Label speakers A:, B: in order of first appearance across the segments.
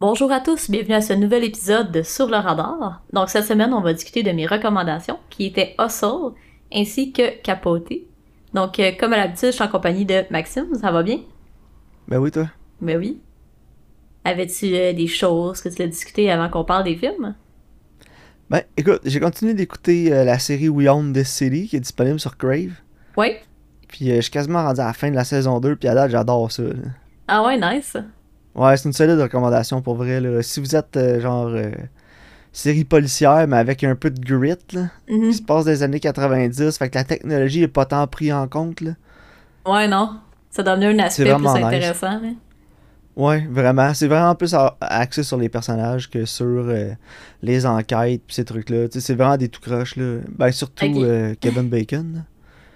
A: Bonjour à tous, bienvenue à ce nouvel épisode de Sur le radar. Donc cette semaine, on va discuter de mes recommandations qui étaient Hustle ainsi que Capoté. Donc euh, comme à l'habitude, je suis en compagnie de Maxime, ça va bien?
B: Ben oui, toi.
A: Ben oui. Avais-tu euh, des choses que tu as discutées avant qu'on parle des films?
B: Ben écoute, j'ai continué d'écouter euh, la série We Own This City qui est disponible sur Crave.
A: Oui.
B: Puis euh, je suis quasiment rendu à la fin de la saison 2, puis à date, j'adore ça. là.
A: Ah ouais, nice.
B: Ouais, c'est une solide recommandation pour vrai. Là. Si vous êtes euh, genre euh, série policière, mais avec un peu de grit, là,
A: Mhm.
B: qui se passe des années 90, fait que la technologie est pas tant prise en compte. Là.
A: Ouais, non. Ça donne un aspect plus
B: vraiment nice.
A: intéressant. là.
B: Ouais, vraiment. C'est vraiment plus a- axé sur les personnages que sur euh, les enquêtes pis ces trucs-là. Tu sais, C'est vraiment des tout croches. là. Ben, surtout
A: Ok.
B: euh, Kevin Bacon. là.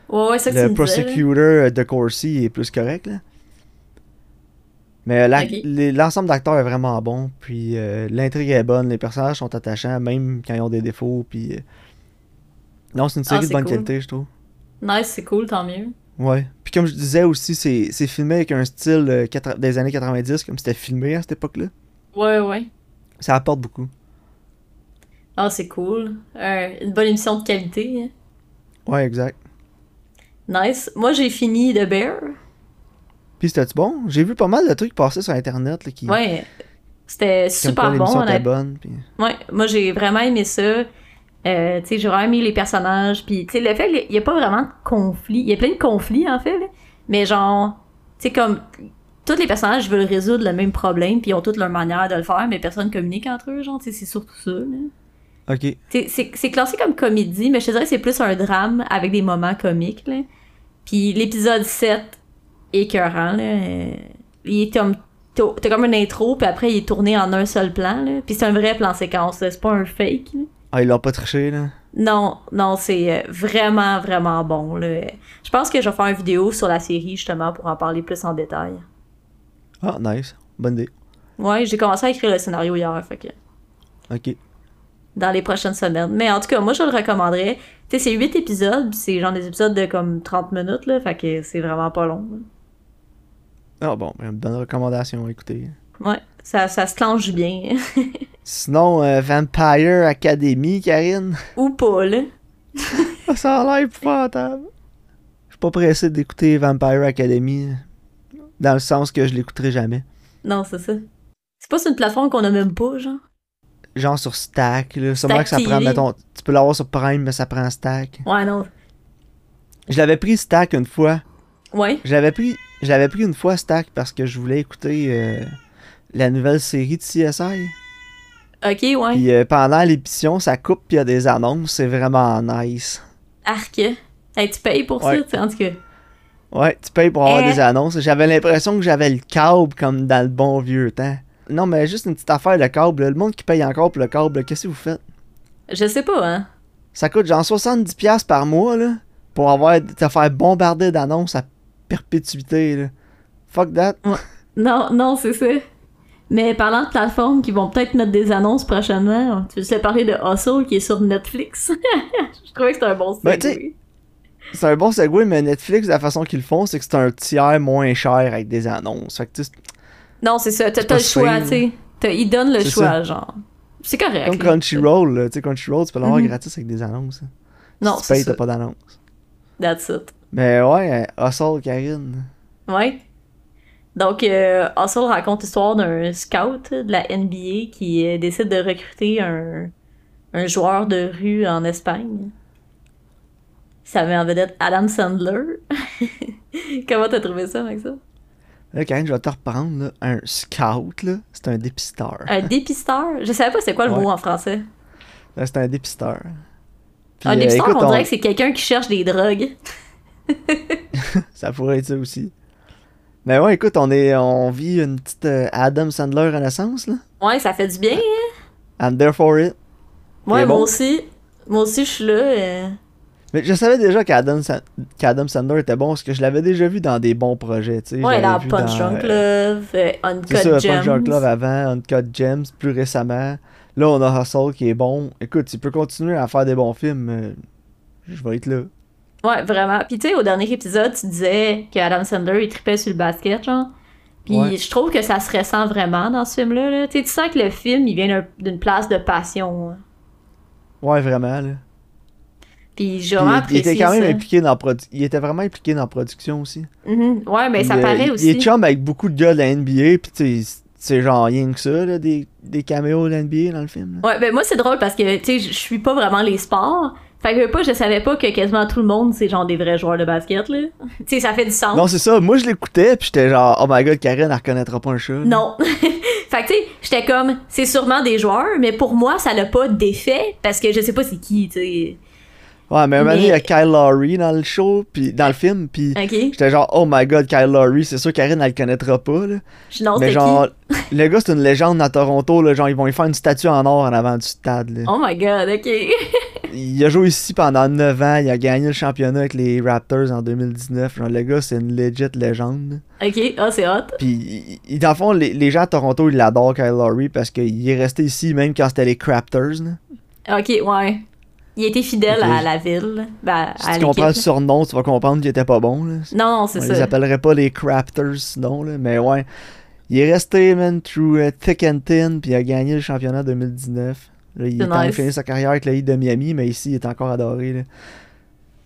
A: Ouais, ouais, c'est ça que
B: Le
A: tu me disais, là.
B: prosecutor euh, de Corsi est plus correct, là. Mais la-
A: Ok.
B: les- l'ensemble d'acteurs est vraiment bon, puis euh, l'intrigue est bonne, les personnages sont attachants, même quand ils ont des défauts, puis... euh, Non, c'est une série
A: Ah,
B: de
A: c'est
B: bonne
A: cool.
B: qualité, je trouve.
A: Nice, c'est cool, tant mieux.
B: Ouais. Puis comme je disais aussi, c'est c'est filmé avec un style euh, quatre- des années 90, comme c'était filmé à cette époque-là.
A: Ouais, ouais.
B: Ça apporte beaucoup.
A: Ah, c'est cool. Euh, une bonne émission de qualité.
B: Ouais, exact.
A: hein. Nice. Moi, j'ai fini The Bear.
B: Puis c'était-tu bon? J'ai vu pas mal de trucs passer sur Internet, là, qui...
A: Ouais. C'était
B: comme quoi
A: super bon.
B: l'émission était
A: honnêtement.
B: bonne, puis...
A: Ouais, moi j'ai vraiment aimé ça. Euh, tu sais, j'ai vraiment aimé les personnages. Puis, tu sais, le fait, il n'y a pas vraiment de conflit. Il y a plein de conflits, en fait. là. Mais genre, tu sais, comme tous les personnages veulent résoudre le même problème, puis ils ont toutes leur manière de le faire, mais personne communique entre eux, genre, tu sais, c'est surtout ça. là.
B: Ok.
A: Tu sais, C'est c'est classé comme comédie, mais je te dirais que c'est plus un drame avec des moments comiques, là. Puis l'épisode 7, écœurant, là. euh, Il est comme. T'as t'as comme une intro, puis après il est tourné en un seul plan, là. Puis c'est un vrai plan séquence, là, c'est pas un fake, là.
B: Ah, ils l'ont pas triché, là.
A: Non, non, c'est euh, vraiment, vraiment bon. Là. Je pense que je vais faire une vidéo sur la série justement pour en parler plus en détail.
B: Ah, nice. Bonne idée.
A: Ouais, j'ai commencé à écrire le scénario hier, fait que
B: Ok.
A: dans les prochaines semaines. Mais en tout cas, moi je le recommanderais. Tu sais, c'est 8 épisodes, puis c'est genre des épisodes de comme 30 minutes, là, fait que c'est vraiment pas long. là.
B: Ah bon, ben, bonne recommandation, écoutez.
A: Ouais, ça, ça se clenche bien.
B: Sinon, euh, Vampire Academy, Karine.
A: Ou pas, là.
B: Ça a l'air épouvantable. Je suis pas pressé d'écouter Vampire Academy. Dans le sens que je l'écouterai jamais.
A: Non, c'est ça. C'est pas sur une plateforme qu'on a même pas, genre.
B: Genre sur Stack, là. Sûrement
A: Stack
B: que ça prend,
A: TV.
B: mettons, tu peux l'avoir sur Prime, mais ça prend Stack.
A: Ouais, non.
B: Je l'avais pris Stack une fois.
A: Ouais.
B: Je l'avais pris, je l'avais pris une fois Stack parce que je voulais écouter euh, la nouvelle série de CSI.
A: Ok, ouais.
B: Puis euh, pendant l'émission, ça coupe, puis il y a des annonces. C'est vraiment nice.
A: Arc. Hey, tu payes pour
B: Ouais.
A: ça, tu sais, en tout cas.
B: Ouais, tu payes pour avoir
A: Euh.
B: des annonces. J'avais l'impression que j'avais le câble comme dans le bon vieux temps. Non, mais juste une petite affaire, le câble. là. Le monde qui paye encore pour le câble, là, qu'est-ce que vous faites?
A: Je sais pas, hein.
B: Ça coûte genre 70$ par mois, là, pour avoir, te faire bombarder d'annonces à perpétuité, là. Fuck that.
A: Non, non, c'est ça. Mais parlant de plateformes qui vont peut-être mettre des annonces prochainement, tu sais parler de Hustle qui est sur Netflix. je trouvais que c'était un bon
B: Ben,
A: site.
B: t'sais- C'est un bon segway, mais Netflix, la façon qu'ils le font, c'est que c'est un tiers moins cher avec des annonces. Fait que, tu sais,
A: non, c'est ça. T'as
B: C'est
A: t'as
B: pas
A: le choix,
B: sain.
A: tu sais. T'as- Ils donnent le
B: C'est
A: choix,
B: ça.
A: genre. C'est correct.
B: comme
A: là.
B: Crunchyroll, là. Tu sais, Crunchyroll, tu peux l'avoir
A: Mhm.
B: gratis avec des annonces. là.
A: Non,
B: si tu
A: c'est
B: payes,
A: ça.
B: t'as pas d'annonce.
A: That's it.
B: Mais ouais, euh, Hustle, Karine.
A: Ouais. Donc, euh, Hustle raconte l'histoire d'un scout de la NBA qui euh, décide de recruter un, un joueur de rue en Espagne. Ça met en vedette Adam Sandler. Comment t'as trouvé ça, Maxime?
B: Là, Karine, je vais te reprendre. là. Un scout, là, c'est un dépisteur.
A: Un dépisteur? Je savais pas c'est quoi le
B: Ouais.
A: mot en français.
B: Là, Euh, c'est un dépisteur. Puis,
A: un
B: euh,
A: dépisteur,
B: écoute,
A: on
B: on-
A: dirait que c'est quelqu'un qui cherche des drogues.
B: ça pourrait être ça aussi. Mais ouais, écoute, on, est, on vit une petite euh, Adam Sandler renaissance, là.
A: Ouais, ça fait du bien. hein?
B: I'm there for it.
A: Ouais,
B: Il
A: moi
B: est bon.
A: aussi. Moi aussi, je suis là. euh,
B: Mais je savais déjà qu'Adam, Sa- qu'Adam Sandler était bon, parce que je l'avais déjà vu dans des bons projets, tu sais.
A: Ouais,
B: J'avais
A: dans
B: vu
A: Punch
B: dans,
A: Drunk
B: euh,
A: Love, euh,
B: C'est
A: Uncut
B: ça, Punch
A: Gems.
B: Drunk Love avant, Uncut Gems, plus récemment. Là, on a Hustle qui est bon. Écoute, tu peux continuer à faire des bons films. euh, Je vais être là.
A: Ouais, vraiment. Puis tu sais, au dernier épisode, tu disais que Adam Sandler, il tripait sur le basket, genre. Puis
B: Ouais.
A: je trouve que ça se ressent vraiment dans ce film-là. là. Tu sais, tu sens que le film, il vient d'un- d'une place de passion. hein.
B: Ouais, vraiment, là.
A: Puis j'ai
B: Puis
A: vraiment
B: il, il était
A: apprécié
B: quand même
A: ça.
B: impliqué dans la produ- il était vraiment impliqué dans la production aussi.
A: Mhm. Ouais, mais ça
B: Il, euh,
A: paraît
B: il-
A: aussi.
B: Il est chum avec beaucoup de gars de la NBA, puis tu sais, c'est genre rien que ça, là, des, des caméos de la NBA dans le film. là.
A: Ouais, ben moi c'est drôle parce que tu sais, je suis pas vraiment les sports. Fait que pas, je savais pas que quasiment tout le monde c'est genre des vrais joueurs de basket là. Tu sais, ça fait du sens.
B: Non, c'est ça, moi je l'écoutais, puis j'étais genre, oh my god, Karen, elle reconnaîtra pas un chat. là.
A: Non. fait que tu sais, j'étais comme c'est sûrement des joueurs, mais pour moi ça n'a pas d'effet parce que je sais pas c'est qui, tu sais.
B: Ouais, mais un moment donné, il y a
A: Mais-
B: Kyle Lowry dans le show, puis dans le film, puis
A: OK.
B: j'étais genre, oh my god, Kyle Lowry, c'est sûr, Karen, elle le connaîtra pas, là.
A: Je non
B: mais
A: c'est
B: genre,
A: qui.
B: le gars, c'est une légende à Toronto, là, genre, ils vont lui faire une statue en or en avant du stade, là.
A: Oh my god, OK.
B: Il a joué ici pendant 9 ans, il a gagné le championnat avec les Raptors en 2019. Genre, le gars, c'est une legit légende.
A: OK, ah c'est hot.
B: Puis, il- il- dans le fond, les, les gens à Toronto, ils l'adorent, Kyle Lowry, parce qu'il est resté ici même quand c'était les Craptors. là.
A: OK, ouais. Il était fidèle
B: Ok.
A: à la ville, ben,
B: Si
A: à
B: tu comprends le
A: l'équipe.
B: surnom, tu vas comprendre qu'il était pas bon. Là.
A: Non, non, c'est
B: On
A: ça.
B: les appellerait pas les Craptors sinon, là, mais ouais. Il est resté, man, through euh, thick and thin, puis il a gagné le championnat en 2019. Là, il est
A: C'est
B: en train de
A: nice.
B: finir sa carrière avec le Heat de Miami, mais ici, il est encore adoré. Là.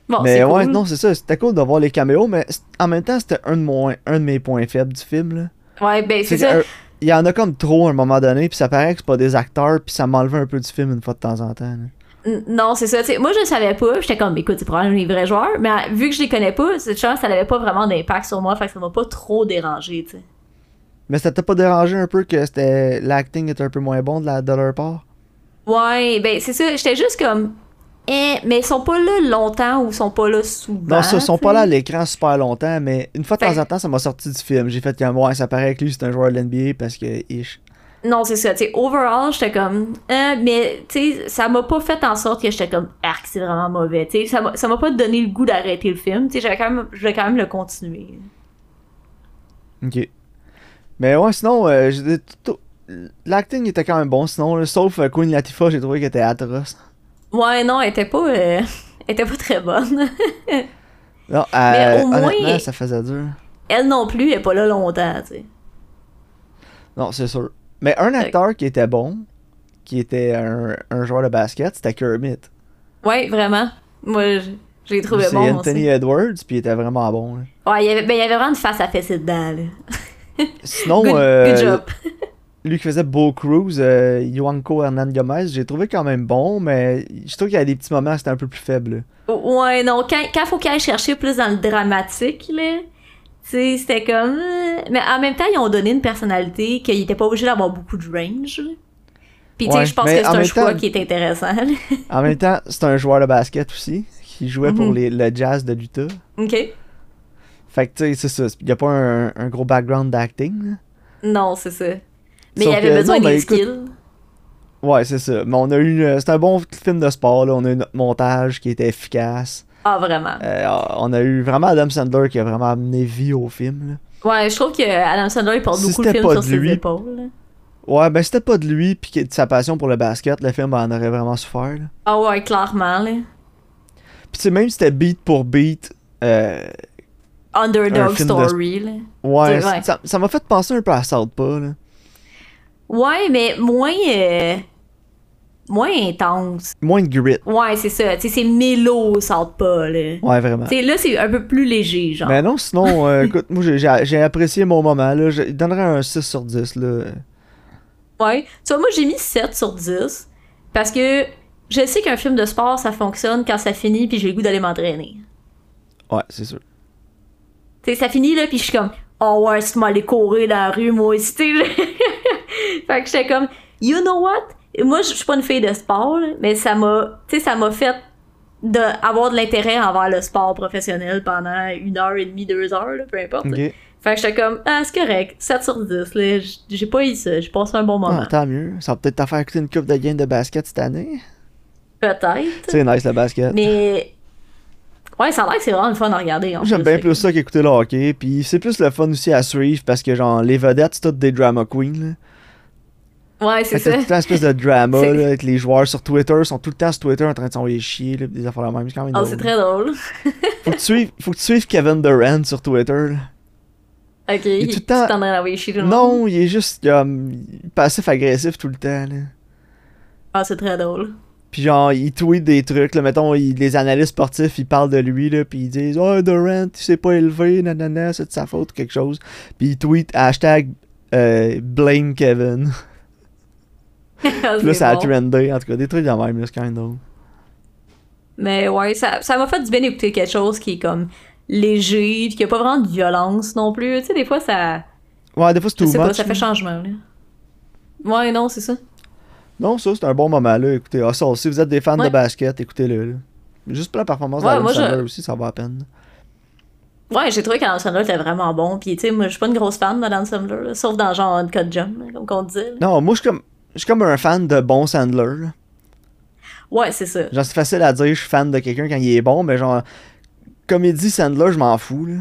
A: Bon,
B: mais
A: Ah, c'est
B: ouais,
A: cool.
B: non, c'est ça, c'était cool de voir les caméos, mais c'est- en même temps, c'était un, de mon- un de mes points faibles du film. Là.
A: Ouais, ben c'est
B: C'est
A: ça.
B: que, euh, Il y en a comme trop à un moment donné, puis ça paraît que c'est pas des acteurs, puis ça m'enlevait un peu du film une fois de temps en temps. là.
A: N- Non, c'est ça. tu sais, moi, je le savais pas. J'étais comme, écoute, c'est probablement les vrais joueurs. Mais euh, vu que je les connais pas, cette chance, ça n'avait pas vraiment d'impact sur moi. Fait que ça m'a pas trop dérangé, tu sais.
B: Mais ça t'a pas dérangé un peu que c'était l'acting était un peu moins bon de, la, de leur part?
A: Ouais, ben c'est ça. J'étais juste comme, eh, mais ils sont pas là longtemps ou ils sont pas là souvent.
B: Non, ça, ils sont
A: Bah, tu
B: pas
A: sais.
B: là à l'écran super longtemps, mais une fois de
A: Fait-
B: temps en temps, ça m'a sorti du film. J'ai fait comme, ouais, ça paraît que lui, c'est un joueur de l'NBA parce que, ish.
A: Non, c'est ça. Tu sais, overall, j'étais comme, euh, mais tu sais, ça m'a pas fait en sorte que j'étais comme, arc, c'est vraiment mauvais. Tu sais, ça m'a- ça m'a pas donné le goût d'arrêter le film. Tu sais, j'avais quand même, je voulais quand même le continuer.
B: Ok. Mais ouais, sinon, euh, j'ai dit tout- tout- l'acting était quand même bon, sinon, là, sauf euh, Queen Latifah, j'ai trouvé qu'elle était atroce.
A: Ouais, non, elle était pas, euh, elle était pas très bonne.
B: Non,
A: Mais
B: euh,
A: au moins-
B: honnêtement, ça faisait dur.
A: Elle non plus, elle est pas là longtemps, tu sais.
B: Non, c'est sûr. Mais un acteur qui était bon, qui était un, un joueur de basket, c'était Kermit.
A: Ouais, vraiment. Moi, je, je l'ai trouvé
B: C'est
A: bon.
B: Anthony
A: aussi.
B: Edwards, puis il était vraiment bon. là.
A: Ouais, il y, avait, ben, il y avait vraiment une face à fessée dedans, là.
B: Sinon,
A: good,
B: euh,
A: good job.
B: lui qui faisait Beau Cruz, euh, Juanco Hernan Gomez, j'ai trouvé quand même bon, mais je trouve qu'il y a des petits moments où c'était un peu plus faible.
A: Ouais, non, quand, quand faut qu'elle aille chercher plus dans le dramatique, là, tu sais, c'était comme... euh, Mais en même temps, ils ont donné une personnalité qu'ils étaient pas obligés d'avoir beaucoup de range, là. Puis, tu sais,
B: Ouais,
A: je pense que
B: mais
A: c'est
B: en
A: un
B: même
A: choix
B: temps-
A: qui est intéressant, là.
B: En même temps, c'est un joueur de basket aussi, qui jouait pour
A: Mhm.
B: les- le jazz de l'Utah.
A: OK?
B: Fait que tu sais, c'est ça, il n'y a pas un, un gros background d'acting. là.
A: Non, c'est ça. Mais
B: Sauf
A: il avait
B: que-
A: besoin
B: non,
A: des
B: ben, écoute-
A: skills.
B: Ouais, c'est ça. Mais on a eu. euh, C'est un bon film de sport, là. On a eu notre montage qui était efficace.
A: Ah, vraiment.
B: Euh, on a eu vraiment Adam Sandler qui a vraiment amené vie au film. là.
A: Ouais, je trouve que Adam Sandler, il porte
B: Si
A: beaucoup le
B: c'était
A: film
B: pas
A: sur
B: de
A: ses
B: lui-
A: épaules, là.
B: Ouais, ben c'était pas de lui puis que- de sa passion pour le basket, le film en aurait vraiment souffert. là.
A: Ah ouais, clairement, là.
B: Puis tu sais, même si c'était beat pour beat, euh, Un
A: Underdog
B: film de-
A: Story, là.
B: ouais,
A: C'est vrai.
B: ça ça m'a fait penser un peu à Southpaw, là.
A: Ouais, mais moins. euh, moins intense.
B: Moins de grit.
A: Ouais, c'est ça. Tu sais, c'est mélo, sort pas, là.
B: Ouais, vraiment.
A: Tu sais, là, c'est un peu plus léger, genre.
B: Mais non, sinon, euh, écoute, moi j'ai- j'ai j'ai apprécié mon moment, là. Je donnerais un 6 sur 10, là.
A: Ouais. Tu vois, moi, j'ai mis 7 sur 10. Parce que je sais qu'un film de sport, ça fonctionne quand ça finit, puis j'ai le goût d'aller m'entraîner.
B: Ouais, c'est sûr.
A: Tu sais, ça finit, là, puis je suis comme, oh ouais, si tu m'allais courir dans la rue, moi aussi, tu sais. fait que j'étais comme, you know what? Moi, je je suis pas une fille de sport, là, mais ça m'a, tu sais, ça m'a fait de, avoir de l'intérêt envers le sport professionnel pendant une heure et demie, deux heures, là, peu importe.
B: Ok.
A: Fait que j'étais comme, ah, c'est correct, 7 sur 10, là, j- j'ai pas eu ça, j'ai passé un bon moment.
B: Ah, tant mieux. Ça va peut-être t'en faire écouter une coupe de game de basket cette année.
A: Peut-être.
B: C'est nice le basket.
A: Mais, ouais, ça a l'air que c'est vraiment le fun à regarder. en
B: J'aime
A: plus,
B: bien
A: fait
B: plus
A: que-
B: ça qu'écouter le hockey. Puis c'est plus le fun aussi à suivre parce que, genre, les vedettes, c'est toutes des drama queens, là.
A: Ouais, c'est ça.
B: Fait que t'as tout le temps une espèce de drama,
A: C'est-
B: là, avec les joueurs sur Twitter, sont tout le temps sur Twitter en train de s'envoyer chier, là, pis des affaires la même. C'est quand même
A: Oh,
B: drôle.
A: c'est très drôle.
B: Faut que tu suives, faut que tu suives Kevin Durant sur Twitter. là.
A: Ok,
B: est
A: il
B: tout
A: tu
B: le temps-
A: t'en as envoyé chez tout le monde.
B: Non, il est juste comme passif-agressif tout le temps. Là.
A: Ah, c'est très drôle.
B: Puis genre, il tweet des trucs, là, mettons, il- les analystes sportifs, ils parlent de lui, là, puis ils disent « Oh, Durant, il s'est pas élevé, nanana, c'est de sa faute, quelque chose. » Puis ils tweetent « Hashtag euh, blame Kevin
A: Ah, ».
B: Puis
A: c'est
B: là, ça a
A: bon.
B: trendé, en tout cas, des trucs de même, là, c'est quand même drôle.
A: Mais ouais, ça ça m'a fait du bien d'écouter quelque chose qui est comme léger, puis qui a pas vraiment de violence non plus. Tu sais, des fois, ça.
B: Ouais, des fois, c'est
A: Je
B: tout
A: sais pas,
B: much.
A: ça fait
B: là.
A: changement, là. Ouais, non, c'est ça.
B: Non, ça, c'est un bon moment, là, écoutez. Ah, ça, si vous êtes des fans
A: Ouais.
B: de basket, écoutez-le, là. Juste pour la performance
A: Ouais,
B: de
A: moi,
B: Adam
A: je-
B: Sandler aussi, ça va à peine.
A: Ouais, j'ai trouvé qu'Adam Sandler était vraiment bon. Puis, tu sais, moi, je suis pas une grosse fan d'Adam Sandler, là, sauf dans genre Uncut Jump, là, comme qu'on disait. là.
B: Non, moi, je suis comme... Je suis comme un fan de bon Sandler, là.
A: Ouais, c'est ça.
B: Genre, c'est facile à dire, je suis fan de quelqu'un quand il est bon, mais genre, comédie Sandler, je m'en fous, là.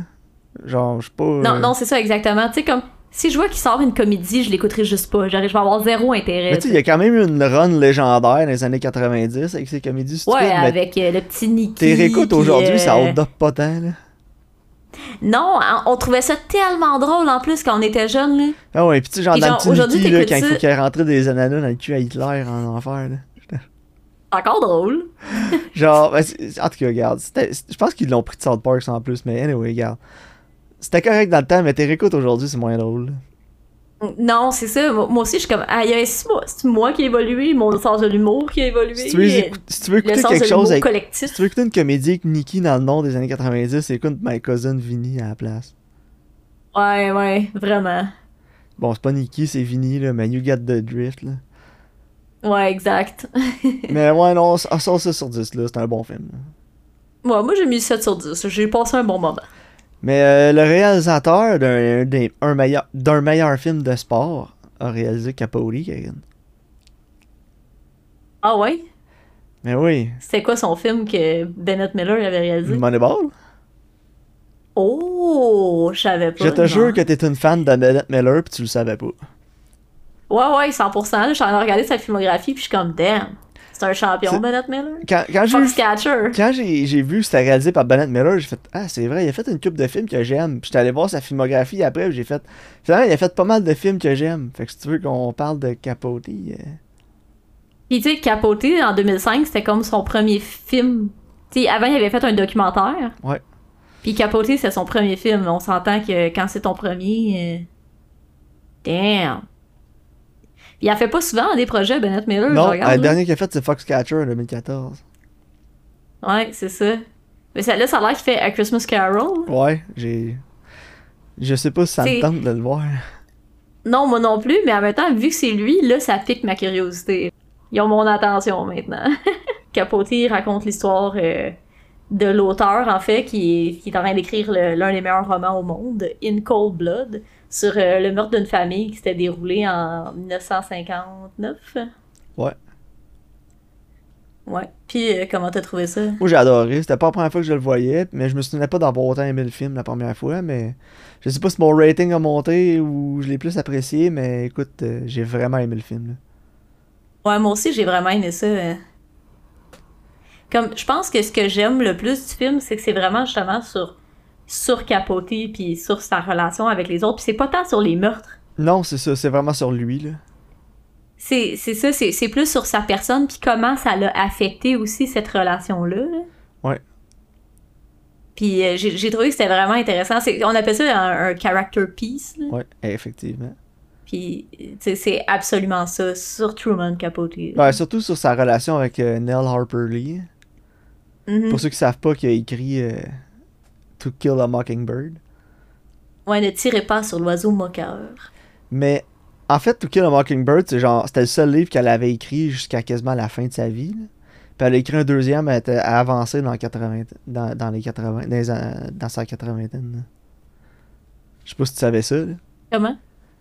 B: Genre, je suis pas.
A: Non,
B: euh,
A: non, c'est ça, exactement. Tu sais, comme, si je vois qu'il sort une comédie, je l'écouterai juste pas. J'arrive, je vais avoir zéro intérêt.
B: Mais tu sais, il y a quand même eu une run légendaire dans les années 90 avec ses comédies stupides,
A: ouais,
B: mais
A: avec euh, le petit Nicky.
B: t'es réécoutes
A: puis,
B: aujourd'hui,
A: euh,
B: ça hold up pas tant, là.
A: Non, on on trouvait ça tellement drôle en plus quand on était jeunes, là.
B: Ah ouais, pis tu sais, genre,
A: Puis
B: dans
A: genre,
B: le petit
A: aujourd'hui,
B: Nicky, là,
A: t'écoutes
B: quand il faut
A: ça-
B: qu'il rentre des ananas dans le cul à Hitler en enfer, là.
A: Encore drôle.
B: Genre, ben, c'est- en tout cas, regarde, c'était- je pense qu'ils l'ont pris de South Park, ça, en plus, mais anyway, regarde. C'était correct dans le temps, mais t'es réécoutes aujourd'hui, c'est moins drôle, là.
A: Non, c'est ça. Moi moi aussi, je suis comme, ah, c'est moi, c'est moi qui ai évolué, mon sens de l'humour qui a évolué.
B: Si tu veux, écou- si tu veux
A: le
B: écouter
A: sens
B: quelque
A: de l'humour
B: chose avec
A: collectif.
B: Si tu veux écouter une comédie avec Nicky dans le nom des années 90, écoute My Cousin Vinny à la place.
A: Ouais, ouais, vraiment.
B: Bon, c'est pas Nicky, c'est Vinny, là, mais You Got the Drift. Là.
A: Ouais, exact.
B: mais ouais, non, on s- on sort ça sur 10, là, c'est un bon film. là.
A: Ouais, moi, j'ai mis 7 sur 10. J'ai passé un bon moment.
B: Mais euh, le réalisateur d'un des- un meilleur, d'un meilleur film de sport a réalisé Capote, Kevin.
A: Ah ouais?
B: Mais oui,
A: C'était quoi son film que Bennett Miller avait réalisé?
B: Moneyball.
A: Oh, je savais pas.
B: Je te
A: non.
B: jure que t'es une fan de Bennett Miller pis tu le savais pas.
A: Ouais, ouais, 100%. Là, je suis en train de regarder sa filmographie, puis je suis comme, damn, c'est un champion,
B: C'est-
A: Bennett Miller.
B: Quand, quand j'ai vu
A: Foxcatcher.
B: Quand j'ai j'ai vu que c'était réalisé par Bennett Miller, j'ai fait Ah, c'est vrai, il a fait une coupe de films que j'aime. Puis j'étais allé voir sa filmographie après, puis j'ai fait Finalement, il a fait pas mal de films que j'aime. Fait que si tu veux qu'on parle de Capote. euh,
A: Puis tu sais, Capote, en 2005, c'était comme son premier film. Tu sais, avant, il avait fait un documentaire.
B: Ouais.
A: Puis Capote, c'est son premier film. On s'entend que quand c'est ton premier... euh, Damn. Il en fait pas souvent des projets, Bennett Miller, je
B: Non,
A: regarde,
B: euh, le
A: là.
B: dernier qu'il a fait, c'est Foxcatcher en 2014.
A: Ouais, c'est ça. Mais ça, là, ça a l'air qu'il fait A Christmas Carol.
B: Ouais, j'ai. Je sais pas si ça
A: C'est-
B: me tente de le voir.
A: Non, moi non plus, mais en même temps, vu que c'est lui, là, ça pique ma curiosité. Ils ont mon attention maintenant. Capote raconte l'histoire euh, de l'auteur, en fait, qui est, qui est en train d'écrire le- l'un des meilleurs romans au monde, In Cold Blood, sur euh, le meurtre d'une famille qui s'était déroulé en 1959.
B: Ouais.
A: Ouais. Puis, euh, comment t'as trouvé ça?
B: Moi, j'ai adoré. C'était pas la première fois que je le voyais, mais je me souvenais pas d'avoir autant aimé le film la première fois. Mais je sais pas si mon rating a monté ou je l'ai plus apprécié, mais écoute, euh, j'ai vraiment aimé le film. là.
A: Ouais, moi aussi, j'ai vraiment aimé ça. euh. Comme, je pense que ce que j'aime le plus du film, c'est que c'est vraiment justement sur, sur Capote, puis sur sa relation avec les autres, puis c'est pas tant sur les meurtres.
B: Non, c'est ça, c'est vraiment sur lui, là.
A: C'est c'est ça, c'est c'est plus sur sa personne, puis comment ça l'a affecté aussi, cette relation-là. là.
B: Ouais.
A: Puis euh, j'ai j'ai trouvé que c'était vraiment intéressant. C'est- On appelle ça un, un character piece. là.
B: Ouais, effectivement.
A: Puis, tu sais, c'est absolument ça, sur Truman Capote.
B: Ouais, surtout sur sa relation avec euh, Nell Harper Lee.
A: Mhm.
B: Pour ceux qui savent pas, qu'il a écrit euh, To Kill a Mockingbird.
A: Ouais, ne tirez pas sur l'oiseau moqueur.
B: Mais en fait, To Kill a Mockingbird, c'est genre, c'était le seul livre qu'elle avait écrit jusqu'à quasiment la fin de sa vie. là. Puis elle a écrit un deuxième, elle était avancée dans, 80, dans, dans les 80, dans, les an- dans sa quatre-vingtaine. là. Je sais pas si tu savais ça. là.
A: Comment?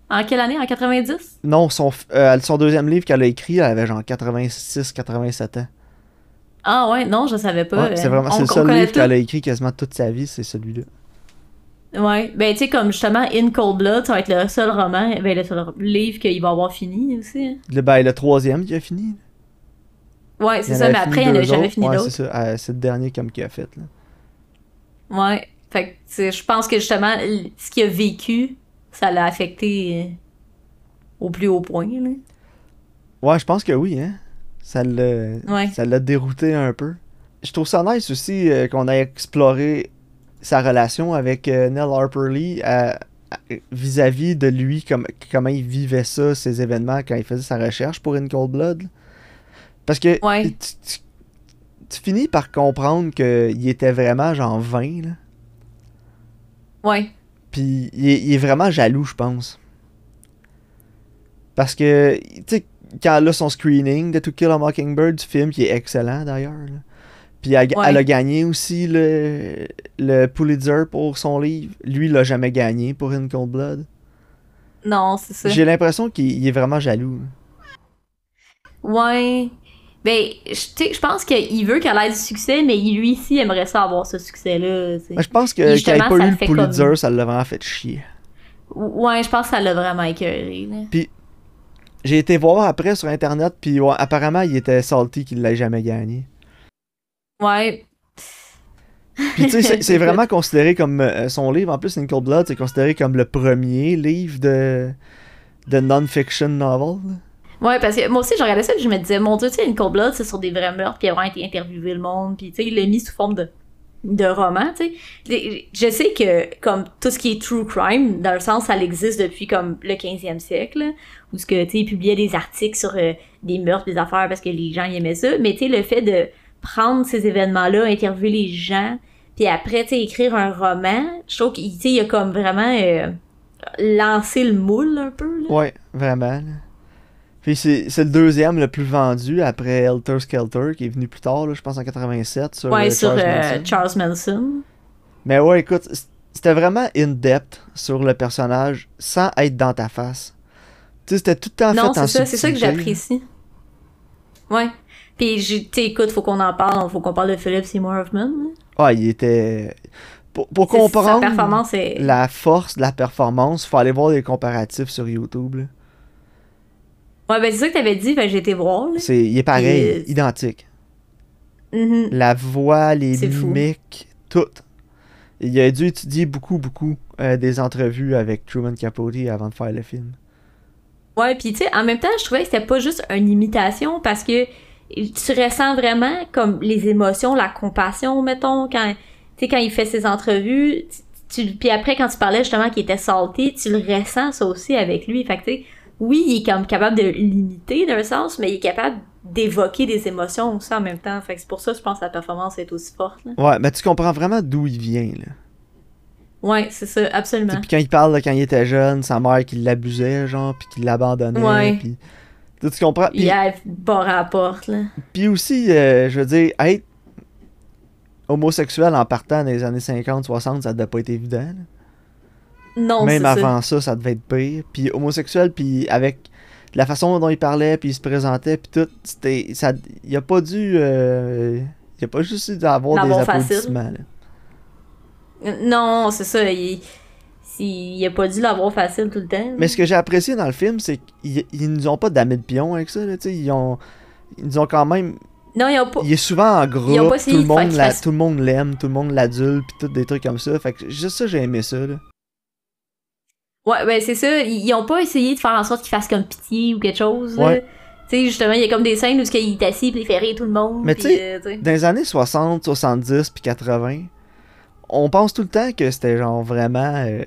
A: En quelle année? En 90?
B: Non, son, f- euh, son deuxième livre qu'elle a écrit, elle avait genre 86-87 ans.
A: Ah ouais, non, je savais pas.
B: Ouais, c'est vraiment
A: On-
B: c'est le
A: on
B: seul
A: connaît
B: livre
A: tout.
B: qu'elle a écrit quasiment toute sa vie, c'est celui-là.
A: Ouais, ben tu sais, comme justement In Cold Blood, ça va être le seul roman, ben le seul livre qu'il va avoir fini aussi. hein.
B: Le, ben, le troisième qui a fini. là.
A: Ouais, c'est
B: Il en
A: ça,
B: avait
A: mais après,
B: fini
A: il n'y en
B: deux
A: a jamais
B: autres.
A: fini
B: ouais,
A: d'autres.
B: C'est ça, euh, c'est le dernier comme qu'il a fait. là.
A: Ouais. Fait Fait que, tu sais, je pense que justement, l- ce qu'il a vécu, ça l'a affecté euh, au plus haut point, là.
B: Ouais, je pense que oui, hein. Ça l'a
A: Ouais.
B: ça l'a dérouté un peu. Je trouve ça nice aussi euh, qu'on ait exploré sa relation avec euh, Nell Harper Lee à- à- vis-à-vis de lui, comme, comment il vivait ça, ces événements, quand il faisait sa recherche pour In Cold Blood. Parce que
A: Ouais.
B: tu, tu- tu finis par comprendre qu'il était vraiment genre 20, là.
A: Ouais.
B: Puis il est, il est vraiment jaloux, je pense. Parce que, tu sais, quand elle a son screening de To Kill a Mockingbird, du film qui est excellent d'ailleurs, là. puis elle,
A: Ouais.
B: elle a gagné aussi le, le Pulitzer pour son livre. Lui, il l'a jamais gagné pour In Cold Blood.
A: Non, c'est ça.
B: J'ai l'impression qu'il il est vraiment jaloux.
A: Ouais. Ben, je tu sais, je pense qu'il veut qu'elle ait du succès, mais il- lui ici aimerait ça avoir ce succès-là. tu sais.
B: Mais je pense
A: Et
B: que qu'il
A: justement,
B: n'ait pas
A: ça
B: eu
A: le
B: le
A: fait comme-
B: Pulitzer, ça l'a vraiment fait chier.
A: Ouais, je pense que ça l'a vraiment écœuré. là.
B: J'ai été voir après sur internet, puis ouais, apparemment, il était salty qu'il l'ait jamais gagné.
A: Ouais.
B: Puis tu sais, c'est- c'est vraiment considéré comme euh, son livre. En plus, In Cold Blood, c'est considéré comme le premier livre de, de non-fiction novel.
A: Mm.
B: là.
A: Ouais, parce que moi aussi, je regardais ça et je me disais, mon Dieu, tu sais, une Blood, c'est sur des vrais meurtres, puis il a vraiment été interviewé le monde, puis tu sais, il l'a mis sous forme de, de roman, tu sais. Les- Je sais que, comme tout ce qui est true crime, dans le sens, ça existe depuis comme le 15e siècle, là, où ce que, tu sais, ils publiaient des articles sur euh, des meurtres, des affaires, parce que les gens ils aimaient ça, mais tu sais, le fait de prendre ces événements-là, interviewer les gens, puis après, tu sais, écrire un roman, je trouve qu'il tu sais, il a comme vraiment euh, lancé le moule un peu, là.
B: Ouais, vraiment. là. Puis c'est c'est le deuxième le plus vendu après Helter Skelter, qui est venu plus tard, là, je pense en 87, sur,
A: Ouais,
B: euh,
A: sur
B: Charles
A: euh,
B: Manson.
A: Charles Manson.
B: Mais ouais, écoute, c- c'était vraiment in-depth sur le personnage, sans être dans ta face. Tu sais, c'était tout le temps
A: Non,
B: fait en
A: c'est ça, c'est ça que
B: subtilité, là.
A: j'apprécie. Ouais. Puis, je- tu sais, écoute, faut qu'on en parle, faut qu'on parle de Philip Seymour Hoffman. là.
B: Ah, il était... Pour, pour
A: C'est- Sa
B: comprendre...
A: performance est.
B: la force de la performance, faut aller voir des comparatifs sur YouTube. là.
A: Ouais, ben, c'est ça que t'avais dit, ben, j'ai été voir, là.
B: C'est, il est pareil,
A: Et-
B: identique.
A: Mhm.
B: La voix, les
A: C'est fou.
B: mimiques, tout. Il a dû étudier beaucoup, beaucoup euh, des entrevues avec Truman Capote avant de faire le film.
A: Ouais, puis, tu sais, en même temps, je trouvais que c'était pas juste une imitation parce que tu ressens vraiment comme les émotions, la compassion, mettons, quand, tu sais, quand il fait ses entrevues. Tu, tu- puis après, quand tu parlais justement qu'il était salté, tu le ressens ça aussi avec lui. Fait que, tu sais, oui, il est comme capable de l'imiter d'un sens, mais il est capable d'évoquer des émotions aussi en même temps. Fait que c'est pour ça, je pense que la performance est aussi forte. Là.
B: Ouais, mais tu comprends vraiment d'où il vient. Là.
A: Ouais, c'est ça,
B: Tu sais,
A: absolument.
B: Puis quand il parle de quand il était jeune, sa mère qui l'abusait, genre, puis qui l'abandonnait.
A: Ouais.
B: Puis... Tu sais, tu comprends? Puis-
A: Il a barre à la porte, là.
B: Puis aussi, euh, je veux dire, être homosexuel en partant des années 50-60, ça devait pas être évident. là.
A: Non, c'est
B: Même
A: ça.
B: avant ça. ça, devait être pire. Puis homosexuel, puis avec la façon dont il parlait, puis il se présentait, puis tout, c'était, ça, il a pas dû, euh, il a pas juste dû avoir des
A: L'avoir facile.
B: applaudissements. là.
A: Non, c'est ça. Il, s'il- il a pas dû l'avoir facile tout le temps.
B: Mais ce que j'ai apprécié dans le film, c'est qu'ils ils nous ont pas damé de pion avec ça. Là, tu sais, ils ont, ils nous ont quand même,
A: Non, ils ont pas.
B: il est souvent en groupe,
A: Ils ont pas
B: tout
A: essayé
B: le
A: de faire
B: monde,
A: qu'il
B: la-
A: fasse-
B: tout le monde l'aime, tout le monde l'adule, puis tout des trucs comme ça. Fait que juste ça, j'ai aimé ça. là.
A: Ouais, ben c'est ça. Ils, ils ont pas essayé de faire en sorte qu'il fasse comme pitié ou quelque chose. là.
B: Ouais.
A: Tu sais, justement, il y a comme des scènes où ce qu'il est assis puis il fait rire tout le monde.
B: Mais
A: puis,
B: tu sais-
A: euh, tu sais.
B: Dans les années 60, 70 puis 80, on pense tout le temps que c'était genre vraiment euh,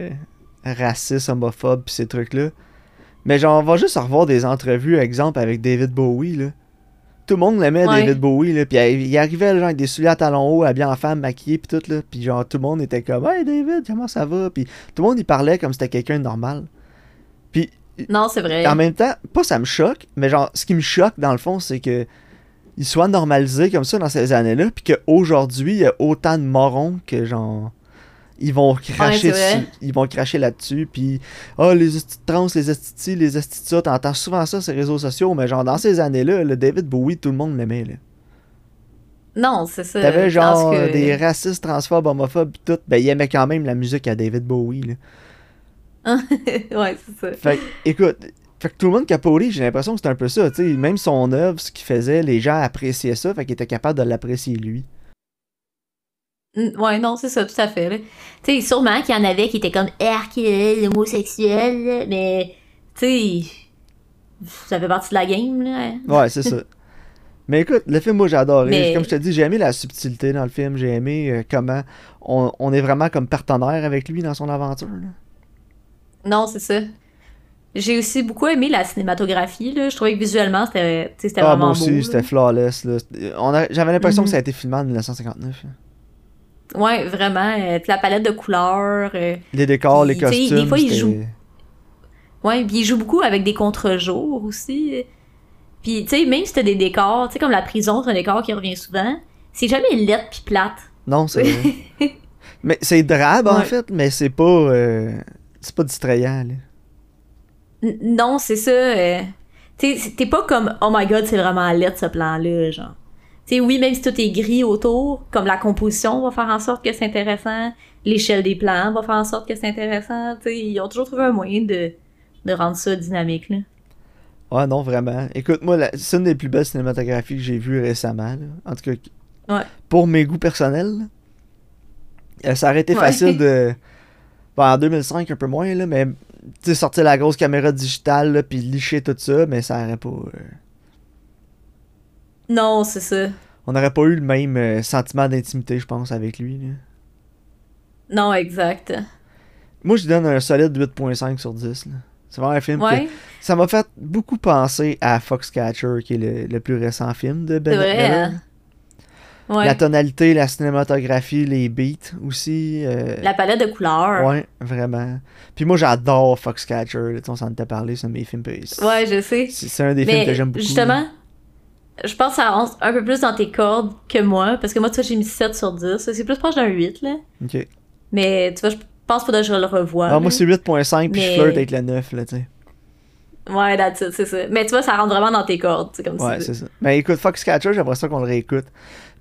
B: raciste, homophobe pis ces trucs-là. Mais genre, on va juste revoir des entrevues, exemple, avec David Bowie, là. Tout le monde l'aimait,
A: Ouais.
B: David Bowie, là. Puis il arrivait, genre, avec des souliers à talons hauts, habillé en femme, maquillé, puis tout, là. Puis genre, tout le monde était comme « Hey, David, comment ça va? » Puis tout le monde y parlait comme c'était quelqu'un de normal. Puis
A: Non, c'est vrai.
B: en même temps, pas ça me choque, mais genre, ce qui me choque dans le fond, c'est que il soit normalisé comme ça dans ces années-là, puis qu'aujourd'hui, il y a autant de morons que genre. Ils vont
A: Ouais,
B: cracher
A: c'est
B: dessus-
A: vrai.
B: ils vont cracher là-dessus, puis ah les hosties de trans, les hosties de ci, les hosties de ça, t'entends souvent ça sur les réseaux sociaux, mais genre dans ces années-là, le David Bowie, tout le monde l'aimait là.
A: Non, c'est ça.
B: T'avais
A: Euh, Je pense
B: genre
A: que-
B: des racistes, transphobes, homophobes, pis tout, ben il aimait quand même la musique à David Bowie là.
A: ouais, c'est ça.
B: Fait que, écoute, fait que tout le monde Capote, j'ai l'impression que c'est un peu ça. tu sais, Même son œuvre, ce qu'il faisait, les gens appréciaient ça, fait qu'il était capable de l'apprécier lui.
A: Mm, Ouais, non, c'est ça, tout à fait. là. Tu sais, sûrement qu'il y en avait qui étaient comme arc, euh, homosexuel, là, mais tu sais, ça fait partie de la game, là. hein.
B: Ouais, c'est ça. Mais écoute, le film, moi, j'ai adoré.
A: Mais-
B: Comme je te dis, j'ai aimé la subtilité dans le film. J'ai aimé euh, comment on, on est vraiment comme partenaire avec lui dans son aventure. là.
A: Non, c'est ça. J'ai aussi beaucoup aimé la cinématographie, là. Je trouvais que visuellement, c'était tu sais, c'était
B: Ah,
A: vraiment
B: moi
A: beau.
B: aussi,
A: là.
B: c'était flawless. là. C'était- on a- J'avais l'impression
A: Mhm.
B: que ça a été filmé en 1959. hein.
A: Ouais, vraiment. euh, puis la palette de couleurs. euh,
B: Les décors, les
A: Puis, tu sais,
B: costumes.
A: des fois, il
B: c'était-
A: joue. ouais, puis il joue beaucoup avec des contre-jours aussi. Puis, tu sais, même si t'as des décors, tu sais, comme la prison, c'est un décor qui revient souvent, c'est jamais laid puis plate.
B: Non, c'est vrai. Mais c'est drabe, en
A: Ouais.
B: fait, mais c'est pas... euh, C'est pas distrayant, là.
A: N- non, c'est ça. euh, tu sais, c'est- t'es pas comme « Oh my God, c'est vraiment laid ce plan-là », genre. Tu sais, oui, même si tout est gris autour, comme la composition va faire en sorte que c'est intéressant, l'échelle des plans va faire en sorte que c'est intéressant, tu sais, ils ont toujours trouvé un moyen de, de rendre ça dynamique, là.
B: Ouais, Ah, non, vraiment. Écoute, moi, la- c'est une des plus belles cinématographies que j'ai vues récemment. là. En tout cas,
A: Ouais.
B: pour mes goûts personnels, là. Euh, ça aurait été
A: Ouais.
B: facile de. bon, en 2005, un peu moins, là, mais tu sais, sortir la grosse caméra digitale, là, puis licher tout ça, mais ça aurait pas. euh,
A: Non, c'est ça.
B: On n'aurait pas eu le même euh, sentiment d'intimité, je pense, avec lui. là.
A: Non, exact.
B: Moi, je lui donne un solide 8.5 sur 10. là. C'est vraiment un film que-
A: Ouais,
B: Ça m'a fait beaucoup penser à Foxcatcher, qui est le, le plus récent film de
A: c'est
B: Ben
A: vrai.
B: Miller.
A: hein. Ouais.
B: La
A: La,
B: tonalité, la cinématographie, les beats aussi. euh,
A: palette de couleurs. Ouais,
B: Ouais, vraiment. Puis moi, j'adore Foxcatcher. là, tu sais, on s'en était parlé, c'est un de mes films. puis c'est-
A: je sais.
B: C'est c'est un des films
A: Mais
B: que j'aime beaucoup.
A: justement, je pense que ça rentre un peu plus dans tes cordes que moi, parce que moi, tu vois, j'ai mis 7 sur 10. C'est plus proche d'un 8, là.
B: Ok.
A: Mais tu vois, je pense que je le revois.
B: Ah, moi, c'est 8.5, puis je
A: Mais-
B: flirte avec le 9, là, tu sais.
A: Ouais, that's it, c'est ça. Mais tu vois, ça rentre vraiment dans tes cordes, c'est comme
B: Ouais,
A: ça.
B: c'est ça. Mais écoute, Foxcatcher, j'aimerais ça qu'on le réécoute.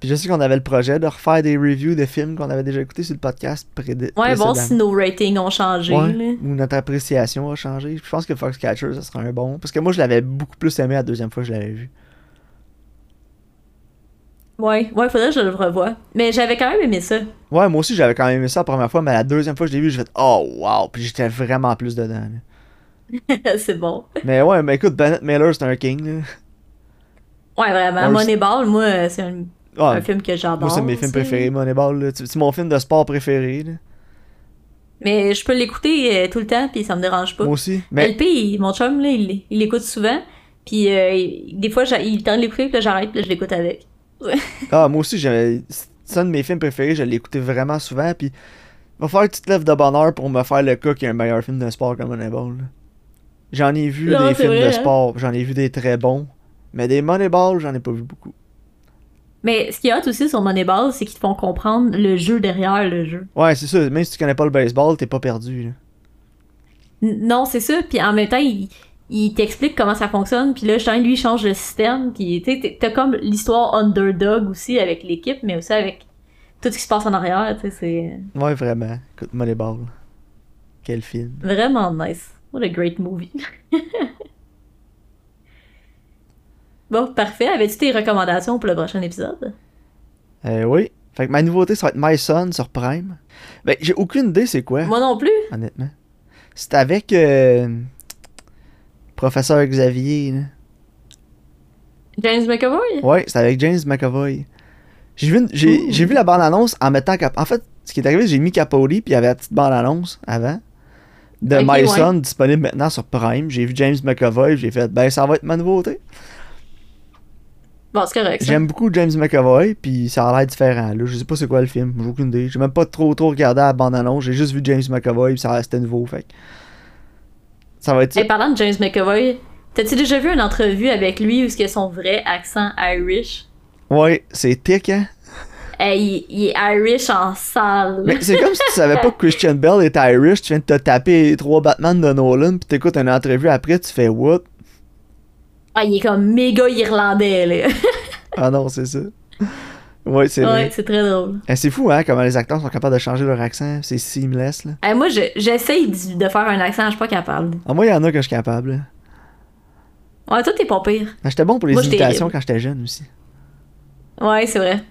B: Puis je sais qu'on avait le projet de refaire des reviews de films qu'on avait déjà écoutés sur le podcast prédé-
A: Ouais, bon,
B: précédemment.
A: si nos ratings ont changé,
B: Ouais,
A: là.
B: Ou notre appréciation a changé. Je pense que Foxcatcher, ça sera un bon. Parce que moi, je l'avais beaucoup plus aimé la deuxième fois que je l'avais vu.
A: Ouais, ouais, faudrait que je le revoie. Mais j'avais quand même aimé ça.
B: Ouais, moi aussi j'avais quand même aimé ça la première fois, mais la deuxième fois que je l'ai vu, j'ai fait Oh wow! Puis j'étais vraiment plus dedans. là.
A: c'est bon.
B: Mais ouais, mais écoute, Bennett Miller c'est un king.
A: Ouais, vraiment.
B: On le-
A: Moneyball, moi, euh, c'est un,
B: Là.
A: un
B: Ouais,
A: film que j'adore.
B: Ah, moi c'est mes films
A: tu sais.
B: préférés, Moneyball. là. C'est c'est mon film de sport préféré. là.
A: Mais je peux l'écouter euh, tout le temps, puis ça me dérange pas.
B: Moi aussi. Mais
A: LP, il- mon chum, là, il il l'écoute souvent. Puis euh, il- des fois, j'a- il tente de l'écouter, puis là, j'arrête, puis là, je l'écoute avec.
B: ah, moi aussi, j'ai- c'est un de mes films préférés, je l'ai écouté vraiment souvent. Puis va falloir que tu te lèves de bonne heure pour me faire le cas qu'il y a un meilleur film de sport que Moneyball. là. J'en ai vu
A: Non,
B: des
A: c'est
B: films
A: vrai,
B: de
A: hein.
B: sport, j'en ai vu des très bons. Mais des Moneyball, j'en ai pas vu beaucoup.
A: Mais ce qui est hot aussi sur Moneyball, c'est qu'ils te font comprendre le jeu derrière le jeu.
B: Ouais, c'est ça. Même si tu connais pas le baseball, t'es pas perdu. là.
A: N- Non, c'est ça. Puis en même temps, il, il t'explique comment ça fonctionne. Puis là, justement, lui, il change le système. Puis tu sais, t'es- t'as comme l'histoire underdog aussi avec l'équipe, mais aussi avec tout ce qui se passe en arrière. Tu sais, c'est
B: Ouais, vraiment. Écoute, Moneyball. Quel film.
A: vraiment nice. What a great movie. bon, parfait. Avais-tu tes recommandations pour le prochain épisode?
B: Euh, oui. Fait que ma nouveauté, ça va être My Son sur Prime. Ben, j'ai aucune idée c'est quoi,
A: Moi non plus.
B: honnêtement. C'est avec. euh, Professeur Xavier, là.
A: James McAvoy?
B: Ouais, c'est avec James McAvoy. J'ai vu, une- j'ai, j'ai vu la bande-annonce en mettant... Cap- En fait, ce qui est arrivé, j'ai mis Capoli, puis il y avait la petite bande-annonce avant de
A: Ok,
B: My
A: ouais.
B: Son disponible maintenant sur Prime. J'ai vu James McAvoy, j'ai fait, ben, ça va être ma nouveauté.
A: Bon, c'est correct. ça.
B: J'aime beaucoup James McAvoy, puis ça a l'air différent. Là. Je sais pas c'est quoi le film, j'ai aucune idée. J'ai même pas trop trop regardé la bande-annonce, j'ai juste vu James McAvoy, puis ça a- c'était nouveau. Fait que- Ça va être ça.
A: Et parlant de James McAvoy, t'as-tu déjà vu une entrevue avec lui où ce que son vrai accent Irish?
B: Ouais, c'est tic, hein.
A: Eh, il, il est Irish en salle.
B: Mais c'est comme si tu savais pas que Christian Bell est Irish, tu viens de te taper trois Batman de Nolan, puis t'écoutes une entrevue après, tu fais what?
A: Ah, il est comme méga irlandais, là.
B: Ah non, c'est ça. Ouais, c'est
A: ouais,
B: vrai.
A: c'est très drôle.
B: Eh, c'est fou, hein, comment les acteurs sont capables de changer leur accent. C'est seamless, là.
A: Eh, moi, je- j'essaye d- de faire un accent, je suis pas capable.
B: Ah, moi, il y en a que je suis capable. là.
A: Ouais, toi, t'es pas pire.
B: Ah, J'étais bon pour les
A: Moi, j'étais-
B: imitations quand j'étais jeune aussi.
A: Ouais, c'est vrai.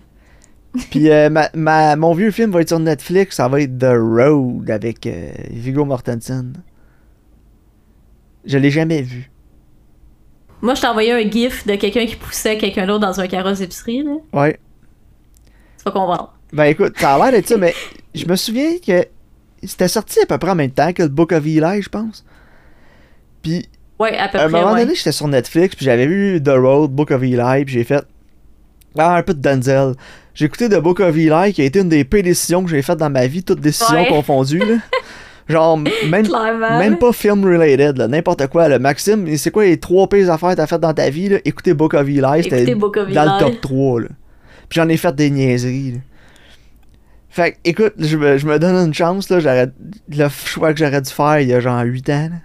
B: Puis euh, ma, ma- mon vieux film va être sur Netflix, ça va être The Road avec euh, Viggo Mortensen. Je l'ai jamais vu.
A: Moi, je t'ai envoyé un gif de quelqu'un qui poussait quelqu'un d'autre dans un carrosse d'épicerie, là.
B: Ouais.
A: C'est pas qu'on va.
B: Ben écoute, ça a l'air d'être ça, mais je me souviens que c'était sorti à peu près en même temps que le Book of Eli, je pense. Puis
A: Ouais, à peu
B: à un
A: près.
B: moment
A: ouais.
B: donné, j'étais sur Netflix, puis j'avais vu The Road, Book of Eli, puis j'ai fait ah, un peu de Denzel. J'ai écouté The Book of Eli, qui a été une des pires décisions que j'ai faites dans ma vie, toutes décisions
A: Ouais.
B: confondues. là. Genre, même,
A: Clairement.
B: même pas film related, là, n'importe quoi. Là. Maxime, c'est quoi les trois pires affaires que t'as faites dans ta vie? Là? Écoutez Book of Eli, c'était
A: Écoutez Book of
B: dans le
A: Eli.
B: top 3. Là. Puis j'en ai fait des niaiseries. là. Fait que, écoute, je me, je me donne une chance. Là, j'aurais- le choix que j'aurais dû faire il y a genre 8 ans. là.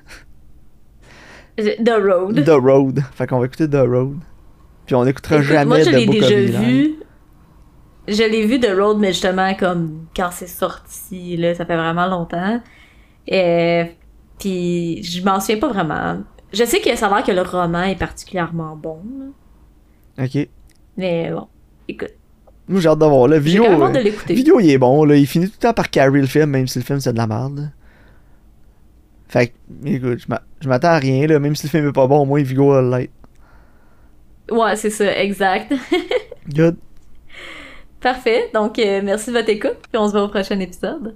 A: The Road.
B: The Road. Fait qu'on va écouter The Road. Puis on n'écoutera
A: Écoute,
B: jamais
A: moi, je
B: de
A: l'ai
B: Book of
A: déjà
B: Eli.
A: vu. Je l'ai vu The Road, mais justement, comme quand c'est sorti, là, ça fait vraiment longtemps. Euh, puis je m'en souviens pas vraiment. Je sais que ça a l'air que le roman est particulièrement bon, là.
B: Ok.
A: mais bon, écoute.
B: Moi, j'ai hâte d'avoir là.
A: J'ai
B: Vidéo,
A: quand même hâte de
B: euh,
A: l'écouter.
B: vidéo, il est bon. Là. Il finit tout le temps par carry le film, même si le film, c'est de la merde. là. Fait que, écoute, je m'a- je m'attends à rien. Là. Même si le film est pas bon, au moins, Vigo va l'être.
A: Ouais, c'est ça, exact.
B: Good.
A: Parfait. Donc, euh, merci de votre écoute, puis on se voit au prochain épisode.